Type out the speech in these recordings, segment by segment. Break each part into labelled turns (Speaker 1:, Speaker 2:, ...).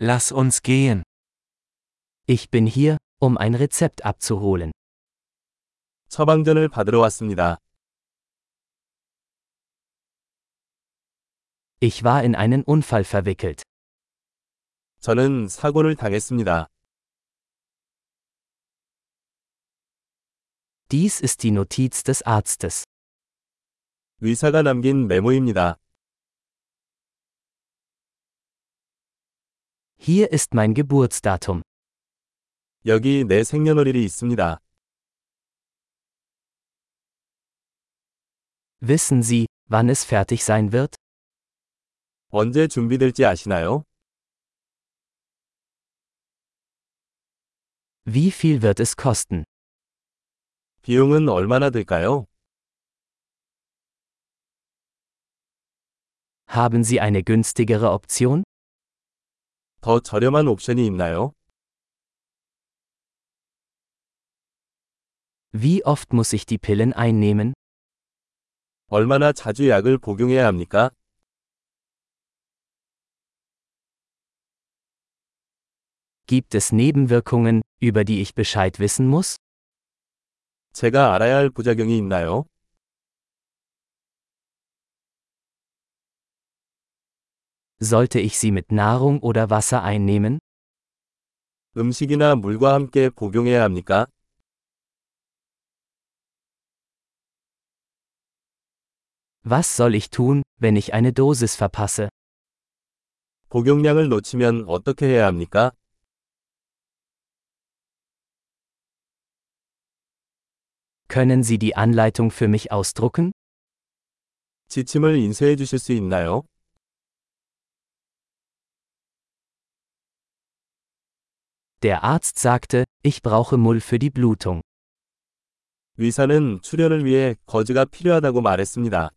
Speaker 1: Lass uns gehen.
Speaker 2: Ich bin hier, um ein Rezept abzuholen.
Speaker 3: 처방전을 받으러 왔습니다.
Speaker 2: Ich war in einen Unfall verwickelt.
Speaker 3: 저는 사고를 당했습니다.
Speaker 2: Dies ist die Notiz des Arztes.
Speaker 3: 의사가 남긴 메모입니다.
Speaker 2: Hier ist mein Geburtsdatum.
Speaker 3: 여기 내 생년월일이 있습니다.
Speaker 2: Wissen Sie, wann es fertig sein wird?
Speaker 3: 언제 준비될지 아시나요?
Speaker 2: Wie viel wird es kosten?
Speaker 3: 비용은 얼마나 들까요?
Speaker 2: Haben Sie eine günstigere Option?
Speaker 3: 더 저렴한 옵션이 있나요?
Speaker 2: Wie oft muss ich die Pillen einnehmen?
Speaker 3: 얼마나 자주 약을 복용해야 합니까?
Speaker 2: Gibt es Nebenwirkungen, über die ich Bescheid wissen muss?
Speaker 3: 제가 알아야 할 부작용이 있나요?
Speaker 2: Sollte ich sie mit Nahrung oder Wasser einnehmen?
Speaker 3: 음식이나 물과 함께 복용해야 합니까?
Speaker 2: Was soll ich tun, wenn ich eine Dosis verpasse?
Speaker 3: 복용량을 놓치면 어떻게 해야 합니까?
Speaker 2: Können Sie die Anleitung für mich ausdrucken?
Speaker 3: 지침을 인쇄해 주실 수 있나요?
Speaker 2: Der Arzt sagte, ich brauche Mull für die Blutung.
Speaker 3: 의사는 출혈을 위해 거즈가 필요하다고 말했습니다.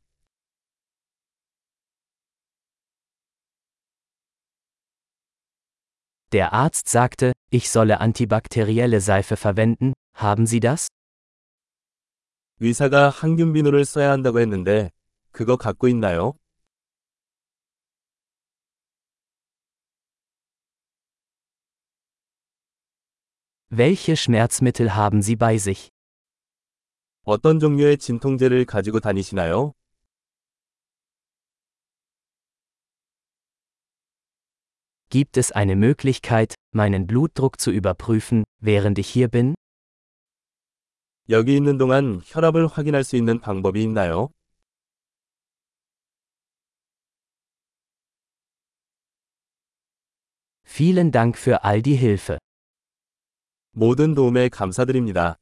Speaker 2: Der Arzt sagte, ich solle antibakterielle Seife verwenden, haben Sie das?
Speaker 3: 의사가 항균 비누를 써야 한다고 했는데, 그거 갖고 있나요?
Speaker 2: Welche Schmerzmittel haben Sie bei sich?
Speaker 3: 어떤 종류의 진통제를 가지고 다니시나요?
Speaker 2: Gibt es eine Möglichkeit, meinen Blutdruck zu überprüfen, während ich hier bin?
Speaker 3: 여기 있는 동안 혈압을 확인할 수 있는 방법이 있나요?
Speaker 2: Vielen Dank für all die Hilfe.
Speaker 3: 모든 도움에 감사드립니다.